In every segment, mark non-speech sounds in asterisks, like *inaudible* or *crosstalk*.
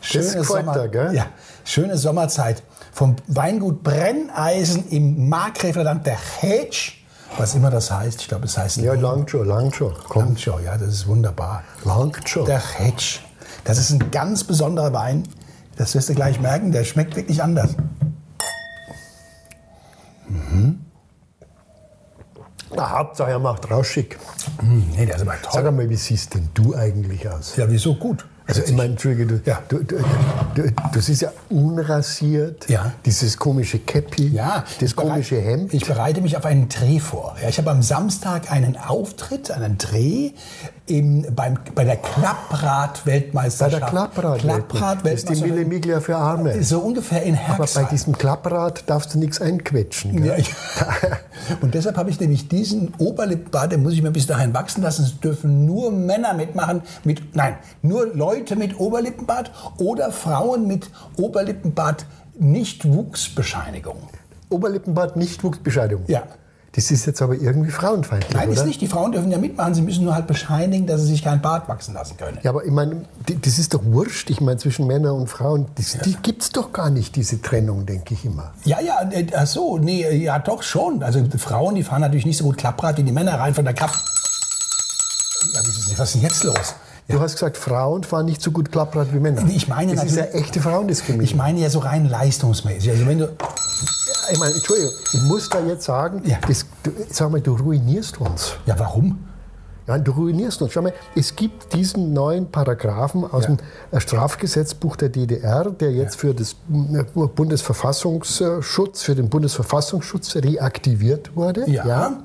Schöne, Sommer, Kräuter, gell? Ja, schöne Sommerzeit. Vom Weingut Brenneisen im Markgräflerland der Hätsch, was immer das heißt. Ich glaube, es heißt Ja, langt schon, langt schon. Komm, Langt schon, ja, das ist wunderbar. langt schon. Der Hätsch. Das ist ein ganz besonderer Wein. Das wirst du gleich merken, der schmeckt wirklich anders. Na, Hauptsache, er macht rauschig. Hm, nee, der ist aber Sag mal, wie siehst denn du eigentlich aus? Ja, wieso gut? Also, ich meine, Entschuldige, du, Ja. du, du, du, du siehst ja unrasiert. Ja. Dieses komische Käppi, Ja, das ich berei- komische Hemd. Ich bereite mich auf einen Dreh vor. Ja, ich habe am Samstag einen Auftritt, einen Dreh im, beim, bei der Bei Klapprad-Weltmeisterschaft. der Klapprad. Das ist die Mille Klapprad-Weltmeisterschaft. Miglia für Arme. So ungefähr in Aber bei Herxheim. diesem Klapprad darfst du nichts einquetschen. Gell? halt. ja, *laughs* ich- und deshalb habe ich nämlich diesen Oberlippenbart, den muss ich mir bis dahin wachsen lassen. Es dürfen nur Männer mitmachen, mit, nein, nur Leute mit Oberlippenbart oder Frauen mit Oberlippenbart nicht Wuchsbescheinigung. Oberlippenbart nicht Wuchsbescheidung. Ja. Das ist jetzt aber irgendwie frauenfeindlich, Nein, oder? ist nicht. Die Frauen dürfen ja mitmachen. Sie müssen nur halt bescheinigen, dass sie sich keinen Bart wachsen lassen können. Ja, aber ich meine, d- das ist doch wurscht. Ich meine, zwischen Männern und Frauen, das, die gibt es doch gar nicht, diese Trennung, denke ich immer. Ja, ja, äh, ach so, nee, äh, ja doch schon. Also die Frauen, die fahren natürlich nicht so gut Klapprad wie die Männer rein von der Kapp. Ja, was ist- was ist denn jetzt los? Du hast gesagt, Frauen fahren nicht so gut Klapprad wie Männer. Ich meine das ist ja natürlich- echte Frauendiskriminierung. Ich meine ja so rein leistungsmäßig. Also wenn du, Ja, ich meine, Entschuldigung, ich muss da jetzt sagen, Ja. das, du, sag mal, du ruinierst uns. ja, warum? Ja, du ruinierst uns. Schau mal, es gibt diesen neuen Paragraphen aus dem äh, Strafgesetzbuch der DDR, der jetzt für das äh, Bundesverfassungsschutz, für den Bundesverfassungsschutz reaktiviert wurde. Ja.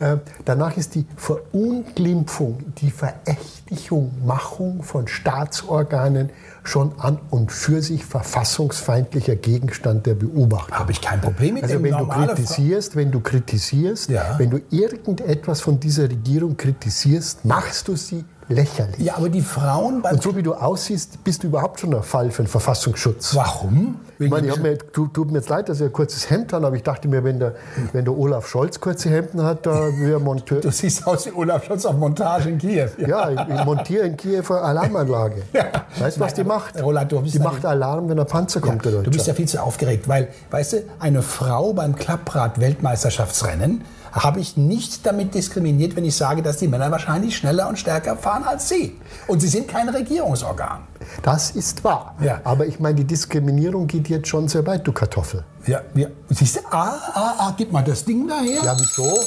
Äh, Danach ist die Verunglimpfung, die Verächtlichung, Machung von Staatsorganen schon an und für sich verfassungsfeindlicher Gegenstand der Beobachtung. Habe ich kein Problem mit Also dem wenn du normale Fra- kritisierst, wenn du kritisierst, Ja. wenn du irgendetwas von dieser Regierung kritisierst, machst du sie lächerlich. Ja, aber die Frauen beim Und so wie du aussiehst, bist du überhaupt schon ein Fall für den Verfassungsschutz. Warum? Ich meine, ich hab mir, jetzt- tu- tut mir jetzt leid, dass er ein kurzes Hemd hat, aber ich dachte mir, wenn der, wenn der Olaf Scholz kurze Hemden hat, *laughs* da wäre Monteur. du siehst aus wie Olaf Scholz auf Montage in Kiew. Ja, ich, ich montiere in Kiew eine Alarmanlage. Ja. Weißt du, was Nein, die aber, macht? Roland, du bist die da macht nicht- Alarm, wenn ein Panzer kommt. oder Du bist ja viel zu aufgeregt, weil, weißt du, eine Frau beim Klapprad-Weltmeisterschaftsrennen habe ich nicht damit diskriminiert, wenn ich sage, dass die Männer wahrscheinlich schneller und stärker fahren als sie. Und sie sind kein Regierungsorgan. Das ist wahr. Ja. Aber ich meine, die Diskriminierung geht jetzt schon sehr weit, du Kartoffel. Ja, ja. Siehst du, ah, ah, ah, gib mal das Ding daher. Ja, wieso?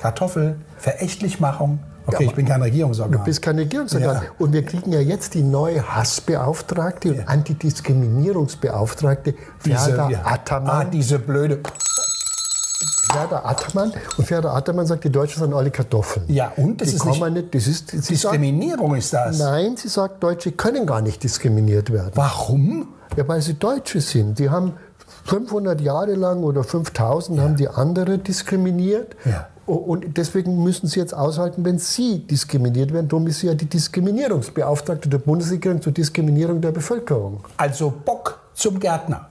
Kartoffel, Verächtlichmachung. Okay, Ja, ich bin kein Regierungsorgan. Du bist kein Regierungsorgan. Ja. Und wir kriegen ja jetzt die neue Hassbeauftragte und Ja. Antidiskriminierungsbeauftragte Ferda ja. Ah, Ataman. diese blöde. Ferda Ataman. Und Ferda Ataman sagt, die Deutschen sind alle Kartoffeln. Ja, und das die ist kann nicht man nicht. Das ist, sie sagt, Diskriminierung ist das. nein, sie sagt, Deutsche können gar nicht diskriminiert werden. Warum? Ja, weil sie Deutsche sind. Die haben 500 Jahre lang oder 5000 haben die andere diskriminiert. Ja. O- Und deswegen müssen sie jetzt aushalten, wenn sie diskriminiert werden. Darum ist sie ja die Diskriminierungsbeauftragte der Bundesregierung zur Diskriminierung der Bevölkerung. Also Bock zum Gärtner.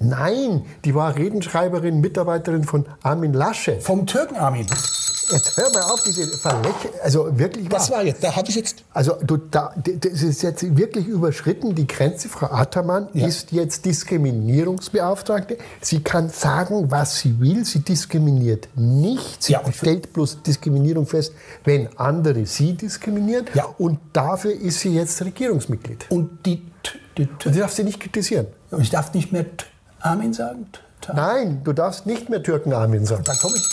Nein, die war Redenschreiberin, Mitarbeiterin von Armin Laschet. Vom Türken, Armin. Jetzt hör mal auf, diese Verlächer... Also wirklich wahr. Das war jetzt, da habe ich jetzt. Also du, da, d- das ist jetzt wirklich überschritten. Die Grenze, Frau Attermann, Ja. ist jetzt Diskriminierungsbeauftragte. Sie kann sagen, was sie will. Sie diskriminiert nicht. Sie Ja, und- stellt bloß Diskriminierung fest, wenn andere sie diskriminieren. Ja. Und dafür ist sie jetzt Regierungsmitglied. Und die. T, die t, Und sie darf sie nicht kritisieren. Und ich darf nicht mehr T Armin sagen. T T Nein, du darfst nicht mehr Türkenarmin sagen. dann komme ich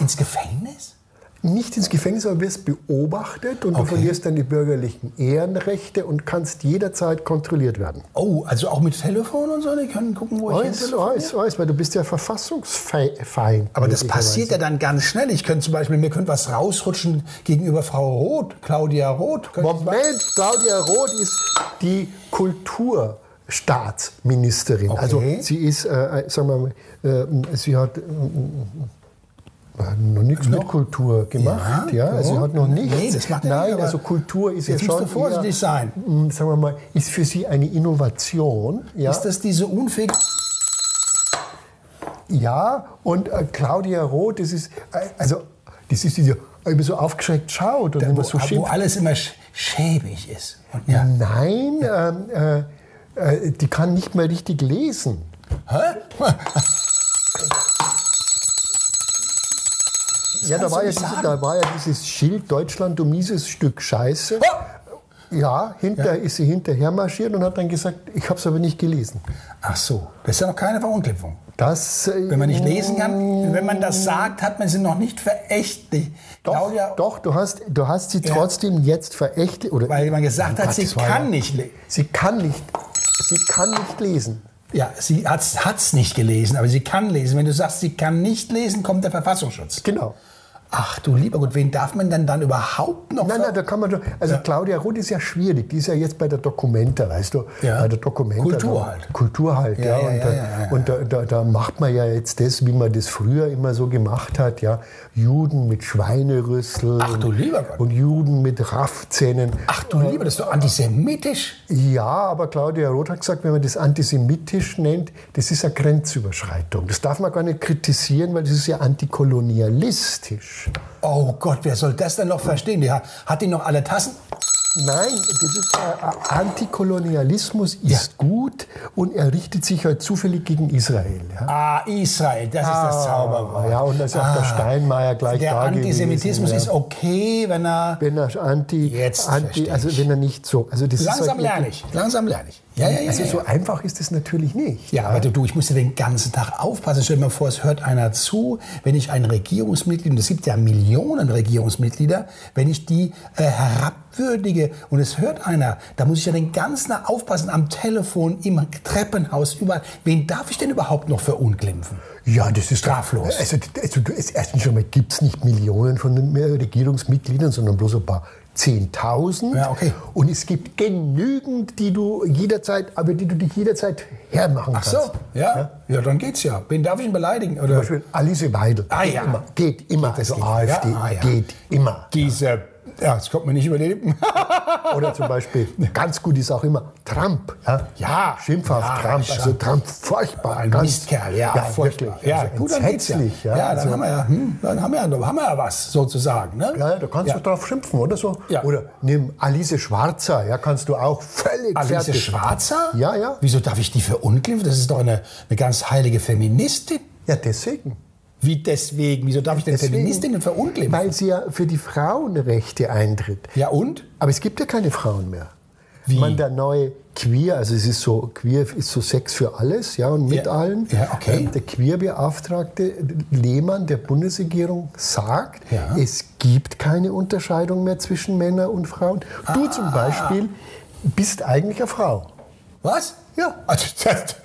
ins Gefängnis? Nicht ins Gefängnis, aber wirst beobachtet und du Okay. verlierst deine bürgerlichen Ehrenrechte und kannst jederzeit kontrolliert werden. Oh, also auch mit Telefon und so, die können gucken, wo ich Eus, hin eus, eus, weil du bist ja verfassungsfeind. aber das möglicherweise. passiert ja dann ganz schnell. Ich könnte zum Beispiel, mir könnte was rausrutschen gegenüber Frau Roth, Claudia Roth. Könnte ich mal- Moment, Claudia Roth ist die Kulturstaatsministerin. Okay. Also sie ist, äh, äh, sagen wir mal, äh, sie hat äh, äh, noch nichts mit Kultur gemacht. Ja, Ja, also sie so. hat noch Nee, nichts. das macht ja Nein, nicht, aber also Kultur ist jetzt ja musst schon du vorsichtig eher, sein. mh, Sagen wir mal, ist für sie eine Innovation. Ja? Ist das diese unfähig. Ja, und äh, Claudia Roth, das ist, äh, also, das ist diese, immer so aufgeschreckt schaut und Da, wo, immer so Mhm. wo schimpft. alles immer sch schäbig ist. Und, ja. Nein, ähm, äh, äh, die kann nicht mehr richtig lesen. Hä? *laughs* ja, da kannst war du ja, nicht diese, sagen. da war ja dieses Schild Deutschland, du mieses Stück Scheiße. Ja, hinter, ist sie hinterher marschiert und hat dann gesagt, ich habe es aber nicht gelesen. Ach so, das ist ja noch keine Verunglimpfung. Das, äh, Wenn man nicht lesen kann, wenn man das sagt, hat man sie noch nicht verächtlich. Doch, Claudia, doch du, hast, du hast sie trotzdem jetzt verächtlich. Oder, weil man gesagt hat, Gott, sie das war ja- kann nicht lesen. Sie kann nicht, sie kann nicht lesen. Ja, sie hat es nicht gelesen, aber sie kann lesen. Wenn du sagst, sie kann nicht lesen, kommt der Verfassungsschutz. Genau. Ach du lieber Gott, wen darf man denn dann überhaupt noch? Nein, ver- nein, da kann man doch. Also Claudia Roth ist ja schwierig. Die ist ja jetzt bei der Documenta, weißt du? Ja. Bei der Documenta. Kultur da- halt. Kultur halt, ja. Ja, ja, und ja, da, ja, ja, und da, da, da macht man ja jetzt das, wie man das früher immer so gemacht hat, ja. Juden mit Schweinerüssel. Ach du lieber Gott. Und Juden mit Raffzähnen. Ach du lieber, das ist doch antisemitisch. Ja, aber Claudia Roth hat gesagt, wenn man das antisemitisch nennt, das ist eine Grenzüberschreitung. Das darf man gar nicht kritisieren, weil das ist ja antikolonialistisch. Oh Gott, wer soll das denn noch verstehen? Die hat, hat die noch alle Tassen? Nein, das ist äh, Antikolonialismus ist gut und er richtet sich halt zufällig gegen Israel. Ja, Ah, Israel, das ist das Zauberwort. ja und da ist auch der Steinmeier Ah, gleich Ah. Der da Antisemitismus gewesen, ist okay, wenn er. Wenn er anti, Jetzt verstehe anti ich. also wenn er nicht so, also das ist Langsam halt, lerne ich, langsam lerne ich. Ja, ja, ja. Also ja, so einfach ist es natürlich nicht. Ja, aber du, du, ich muss ja den ganzen Tag aufpassen. Stell dir mal vor, es hört einer zu, wenn ich ein Regierungsmitglied, und es gibt ja Millionen Regierungsmitglieder, wenn ich die äh, herabwürdige und es hört einer, da muss ich ja den ganzen Tag aufpassen, am Telefon, im Treppenhaus, überall. Wen darf ich denn überhaupt noch verunglimpfen? Ja, das ist Straflos. Also, also du- es- erstens schon mal gibt es nicht Millionen von den äh, Regierungsmitgliedern, sondern bloß ein paar. 10.000 Ja, okay. und es gibt genügend, die du jederzeit, aber die du dich jederzeit hermachen Ach kannst. so, ja, ja, dann geht's ja. Wen darf ich denn beleidigen? Oder Zum Beispiel Alice Weidel. Ah, geht ja. immer. Geht immer. also AfD ja, ah, ja. geht immer. diese, ja, das kommt mir nicht über die Lippen. Oder zum *laughs* Beispiel, ganz gut ist auch immer Trump. Ja, Ja. Schimpfhaft Ja, Trump. Trump. Also Trump, furchtbar. Ein ganz- Mistkerl, ja, furchtbar. wirklich. Ja, also gut, dann geht's ja. entsetzlich, Ja, dann, also- haben wir ja, hm, dann haben wir ja, haben wir ja was sozusagen. Ne? Ja, ja, da kannst Ja. du drauf schimpfen oder so. Ja. Oder nimm Alice Schwarzer, ja, kannst du auch völlig Alice fertig. Ah, Schwarzer? Ja, ja. Wieso darf ich die verunglimpfen? Das ist doch eine, eine ganz heilige Feministin. Ja, deswegen. Wie deswegen? Wieso darf ich denn Deswegen. Feministinnen verunglimpfen? Weil sie ja für die Frauenrechte eintritt. Ja und? Aber es gibt ja keine Frauen mehr. Wie? Man der neue Queer, also es ist so, Queer ist so Sex für alles, ja, und mit Ja. allem. Ja, okay. Ähm, Der Queerbeauftragte Lehmann der Bundesregierung sagt, Ja. es gibt keine Unterscheidung mehr zwischen Männern und Frauen. Ah. Du zum Beispiel bist eigentlich eine Frau. Was? Ja. Also, das,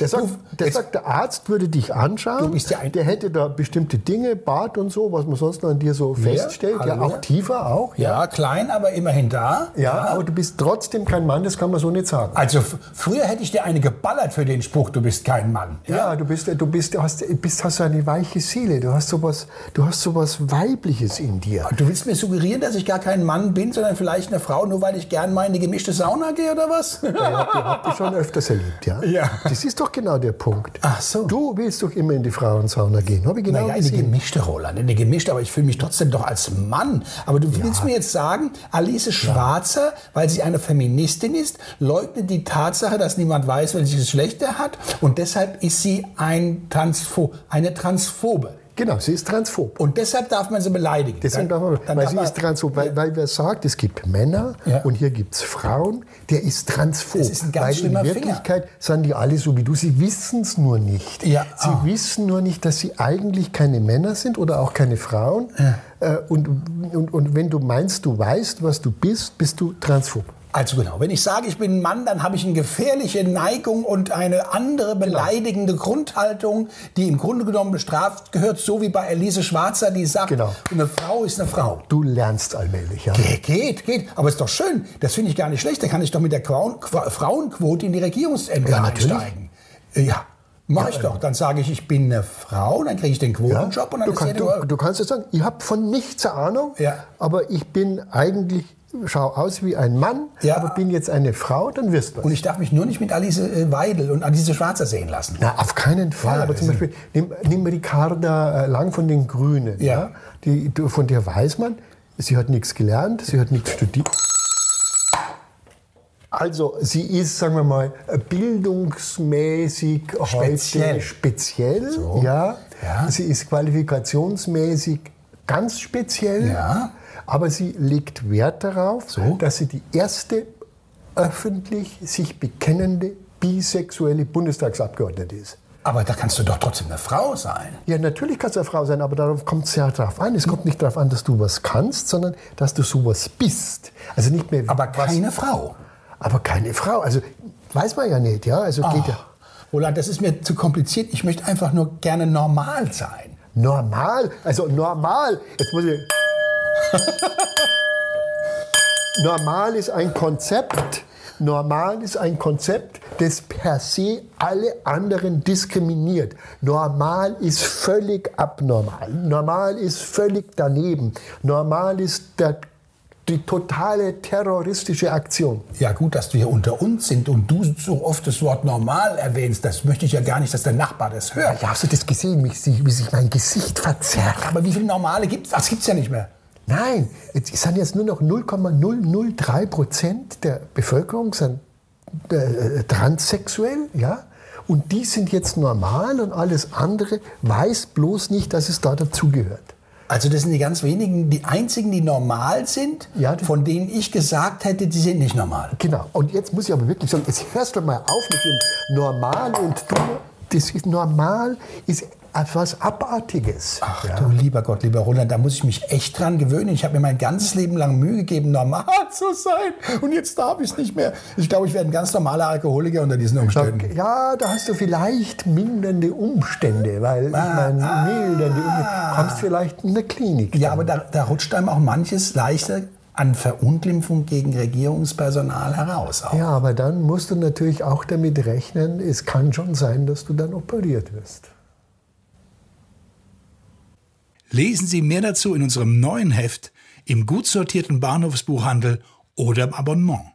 Der sagt, Du- der, jetzt- sagt, der Arzt würde dich anschauen. Du bist ja ein- der hätte da bestimmte Dinge, Bart und so, was man sonst noch an dir so feststellt. Ja, Halleluja. auch tiefer auch. Ja. ja, klein, aber immerhin da. ja, aber du bist trotzdem kein Mann, das kann man so nicht sagen. Also f- früher hätte ich dir eine geballert für den Spruch, du bist kein Mann. Ja, du bist, du bist, du hast, bist, hast so eine weiche Seele. Du hast sowas, du hast sowas Weibliches in dir. Du willst mir suggerieren, dass ich gar kein Mann bin, sondern vielleicht eine Frau, nur weil ich gern mal in die gemischte Sauna gehe oder was? Ja, die habt ihr schon öfters erlebt, ja? Ja. Das ist doch genau der Punkt. Ach so. Du willst doch immer in die Frauensauna gehen. Habe ich genau Naja, eine gesehen. gemischte, Roland, eine gemischte, aber ich fühle mich trotzdem doch als Mann. Aber du willst mir jetzt sagen, Alice Schwarzer, weil sie eine Feministin ist, leugnet die Tatsache, dass niemand weiß, welches Geschlecht er hat und deshalb ist sie ein Transpho eine Transphobe. Genau, sie ist transphob. Und deshalb darf man sie beleidigen. Deswegen darf man, dann weil darf sie man- ist transphob, weil, weil wer sagt, es gibt Männer Ja. und hier gibt es Frauen, der ist transphob. Das ist ein ganz weil schlimmer in Finger. Wirklichkeit sind die alle so wie du, sie wissen es nur nicht. Ja, Sie ah. wissen nur nicht, dass sie eigentlich keine Männer sind oder auch keine Frauen. Äh, Und, und, und wenn du meinst, du weißt, was du bist, bist du transphob. Also genau, wenn ich sage, ich bin ein Mann, dann habe ich eine gefährliche Neigung und eine andere Genau. beleidigende Grundhaltung, die im Grunde genommen bestraft gehört, so wie bei Elise Schwarzer, die sagt, Genau. eine Frau ist eine Frau. Du lernst allmählich. Ja. Ge- Geht, geht. Aber ist doch schön. Das finde ich gar nicht schlecht. Da kann ich doch mit der Quaun- Qua- Frauenquote in die Regierungsämter Ja, natürlich. einsteigen. Äh, Ja. Mach ich doch. Dann sage ich, ich bin eine Frau, dann kriege ich den Ja? Quotenjob und dann du, ist kann, jede du, Woche- du kannst ja sagen, ich habe von nichts eine Ahnung, Ja. aber ich bin eigentlich, schau aus wie ein Mann, Ja. aber bin jetzt eine Frau, dann wirst du. Und ich darf mich nur nicht mit Alice äh, Weidel und Alice Schwarzer sehen lassen. Na, auf keinen Fall. Ja, aber zum Beispiel, nimm, nimm Ricarda äh, Lang von den Grünen. Ja. Die, du- von der weiß man, sie hat nichts gelernt, sie hat nichts studiert. Also, sie ist, sagen wir mal, bildungsmäßig Speziell. heute speziell. So. Ja. Ja. Sie ist qualifikationsmäßig ganz speziell. Ja. Aber sie legt Wert darauf, So. dass sie die erste öffentlich sich bekennende bisexuelle Bundestagsabgeordnete ist. Aber da kannst du doch trotzdem eine Frau sein. Ja, natürlich kannst du eine Frau sein, aber darauf kommt es ja drauf an. Es kommt nicht darauf an, dass du was kannst, sondern dass du sowas bist. Also nicht mehr Aber was, keine Frau. aber keine Frau. Also weiß man ja nicht, ja. Also geht ja. Ach, Roland, das ist mir zu kompliziert. Ich möchte einfach nur gerne normal sein. Normal, also normal. Jetzt muss ich. normal ist ein Konzept. Normal ist ein Konzept, das per se alle anderen diskriminiert. Normal ist völlig abnormal. Normal ist völlig daneben. Normal ist der, die totale terroristische Aktion. Ja gut, dass wir hier unter uns sind und du so oft das Wort normal erwähnst. Das möchte ich ja gar nicht, dass der Nachbar das Ja, hört. hast du das gesehen, wie sich, wie sich mein Gesicht verzerrt? Aber wie viele Normale gibt es? Das gibt es ja nicht mehr. Nein, jetzt sind jetzt nur noch 0,003 Prozent der Bevölkerung sind äh, transsexuell, ja. Und die sind jetzt normal und alles andere weiß bloß nicht, dass es da dazugehört. Also das sind die ganz wenigen, die einzigen, die normal sind, Ja, das- von denen ich gesagt hätte, die sind nicht normal. Genau. Und jetzt muss ich aber wirklich sagen, jetzt hörst du mal auf mit dem Normal und du. Das ist normal ist etwas Abartiges. Ach du lieber Gott, lieber Roland, da muss ich mich echt dran gewöhnen. Ich habe mir mein ganzes Leben lang Mühe gegeben, normal *laughs* zu sein. Und jetzt darf ich es nicht mehr. Ich glaube, ich werde ein ganz normaler Alkoholiker unter diesen Umständen. Ja, da hast du vielleicht mindernde Umstände, weil ich meine, mildernde Umstände. Kommst vielleicht in der Klinik. Ah, Ja, aber da, da rutscht einem auch manches leichter an Verunglimpfung gegen Regierungspersonal heraus. Auch. Ja, aber dann musst du natürlich auch damit rechnen, es kann schon sein, dass du dann operiert wirst. Lesen Sie mehr dazu in unserem neuen Heft im gut sortierten Bahnhofsbuchhandel oder im Abonnement.